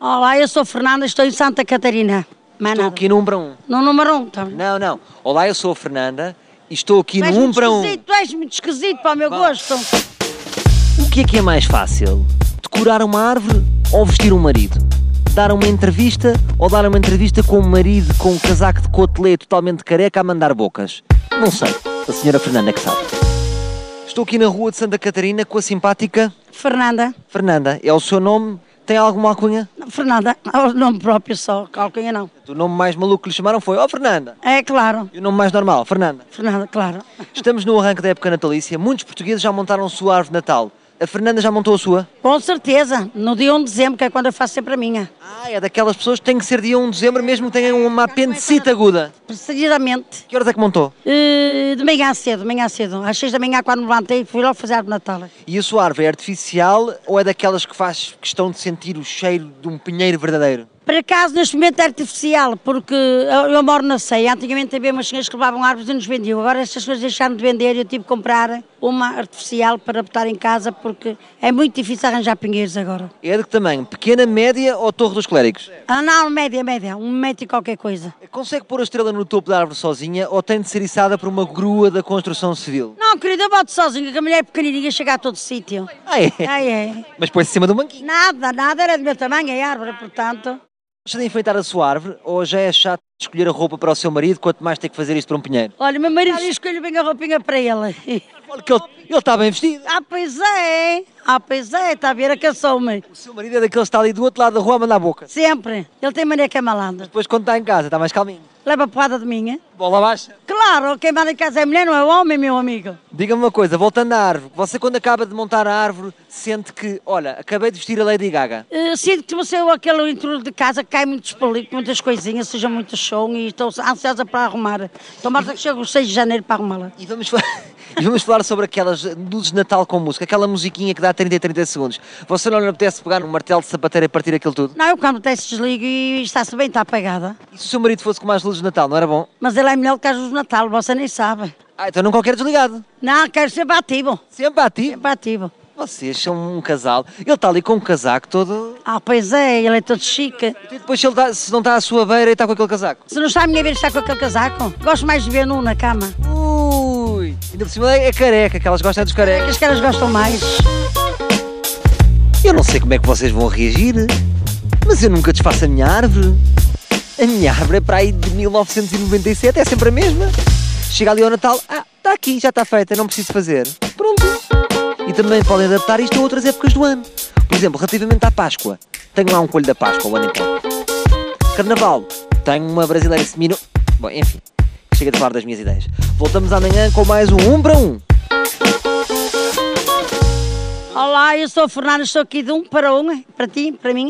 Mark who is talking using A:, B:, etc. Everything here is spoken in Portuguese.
A: Olá, eu sou Fernanda, estou em Santa Catarina. Mas
B: Estou
A: nada.
B: aqui no 1 para 1.
A: No número um, tá bem.
B: Não, não. Olá, eu sou a Fernanda e estou aqui
A: Tu és
B: no 1
A: muito
B: para 1.
A: esquisito, tu és muito esquisito para o meu
B: Vá.
A: gosto.
B: O que é que é mais fácil? Decorar uma árvore ou vestir um marido? Dar uma entrevista ou dar uma entrevista com um marido com um casaco de cotelê totalmente careca a mandar bocas? Não sei. A senhora Fernanda é que sabe. Estou aqui na rua de Santa Catarina com a simpática
A: Fernanda,
B: Fernanda. É o seu nome? Tem alguma alcunha?
A: Não, Fernanda, é o nome próprio só, calcunha não.
B: O nome mais maluco que lhe chamaram foi Oh Fernanda.
A: É claro,
B: E o nome mais normal, Fernanda.
A: Fernanda, claro.
B: Estamos no arranque da época natalícia. Muitos portugueses já montaram a sua árvore de Natal. A Fernanda já montou a sua?
A: Com certeza, no dia 1 de dezembro, que é quando eu faço sempre a minha.
B: Ah, é daquelas pessoas que tem que ser dia 1 de dezembro, mesmo que tenham uma apendicite aguda.
A: Precisamente,
B: Que horas é que montou?
A: eh, de manhã cedo, de manhã cedo. Às 6 da manhã, quando me levantei, fui logo fazer a árvore de Natal.
B: E a sua árvore é artificial ou é daquelas que faz questão de sentir o cheiro de um pinheiro verdadeiro?
A: Por acaso, neste momento é artificial, porque eu, eu moro na ceia. Antigamente havia umas senhoras que levavam árvores e nos vendiam. Agora estas coisas deixaram de vender e eu tive que comprar uma artificial para botar em casa, porque é muito difícil arranjar pinheiros agora.
B: É de que tamanho? Pequena, média ou torre dos clérigos?
A: Ah, não, média, média, um metro e qualquer coisa.
B: Consegue pôr a estrela no topo da árvore sozinha ou tem de ser içada por uma grua da construção civil?
A: Não, querida, eu boto sozinha, que a mulher é pequenininha, chega a todo sítio.
B: Ah, é?
A: Ai, ai.
B: Mas põe-se em cima do banquinho.
A: Nada, nada, era do meu tamanho, a árvore, portanto.
B: Gosta de enfeitar a sua árvore ou já é chato escolher a roupa para o seu marido quanto mais tem que fazer isto para um pinheiro?
A: Olha, meu marido escolhe bem a roupinha para ele.
B: Olha que ele, ele está bem vestido.
A: Ah, pois é, hein? Ah, pois é, está a ver a canção, mãe.
B: O seu marido é daquele que está ali do outro lado da rua a mandar boca.
A: Sempre. Ele tem mania que é malandro.
B: Depois quando está em casa está mais calminho.
A: Leva a porrada de mim, hein?
B: Bola baixa.
A: Claro, quem manda em casa é mulher, não é homem, meu amigo.
B: Diga-me uma coisa, voltando à árvore, você quando acaba de montar a árvore sente que, olha, acabei de vestir a Lady Gaga.
A: Eh, Sinto que você é aquele intruso de casa que cai muitos palitos, muitas coisinhas, seja muito chão e estou ansiosa para arrumar. Estou mais que chego o 6 de janeiro para arrumá-la.
B: E vamos, fa- e vamos falar sobre aquelas luzes de Natal com música, aquela musiquinha que dá 30 e 30 segundos. Você não lhe apetece pegar um martelo de sapateiro e partir aquilo tudo?
A: Não, eu quando desce desligo e está-se bem, está apagada.
B: E se o seu marido fosse com mais luzes de Natal, não era bom?
A: Mas ele é melhor do que as do Natal, você nem sabe.
B: Ah, então não qualquer desligado.
A: Não, quero ser bativo.
B: Sempre ativo.
A: Sempre ativo.
B: Vocês são um casal. Ele está ali com um casaco todo.
A: Ah, pois é, ele é todo chique.
B: E depois se ele está- se não está à sua beira e está com aquele casaco.
A: Se não está a minha beira, está com aquele casaco. Gosto mais de ver nu na cama.
B: Ui! Ainda por cima é careca, que elas gostam é dos
A: que
B: carecas.
A: as caras gostam mais.
B: Eu não sei como é que vocês vão reagir, mas eu nunca desfaço a minha árvore. A minha árvore é para aí de 1997, é sempre a mesma. Chega ali ao Natal, ah, está aqui, já está feita, não preciso fazer. Pronto. E também podem adaptar isto a outras épocas do ano. Por exemplo, relativamente à Páscoa. Tenho lá um coelho da Páscoa, o ano inteiro. Carnaval, tenho uma brasileira semino... Bom, enfim, chega de falar das minhas ideias. Voltamos amanhã com mais um 1 para 1.
A: Olá, eu sou a Fernanda, estou aqui de um para um, para ti, para mim.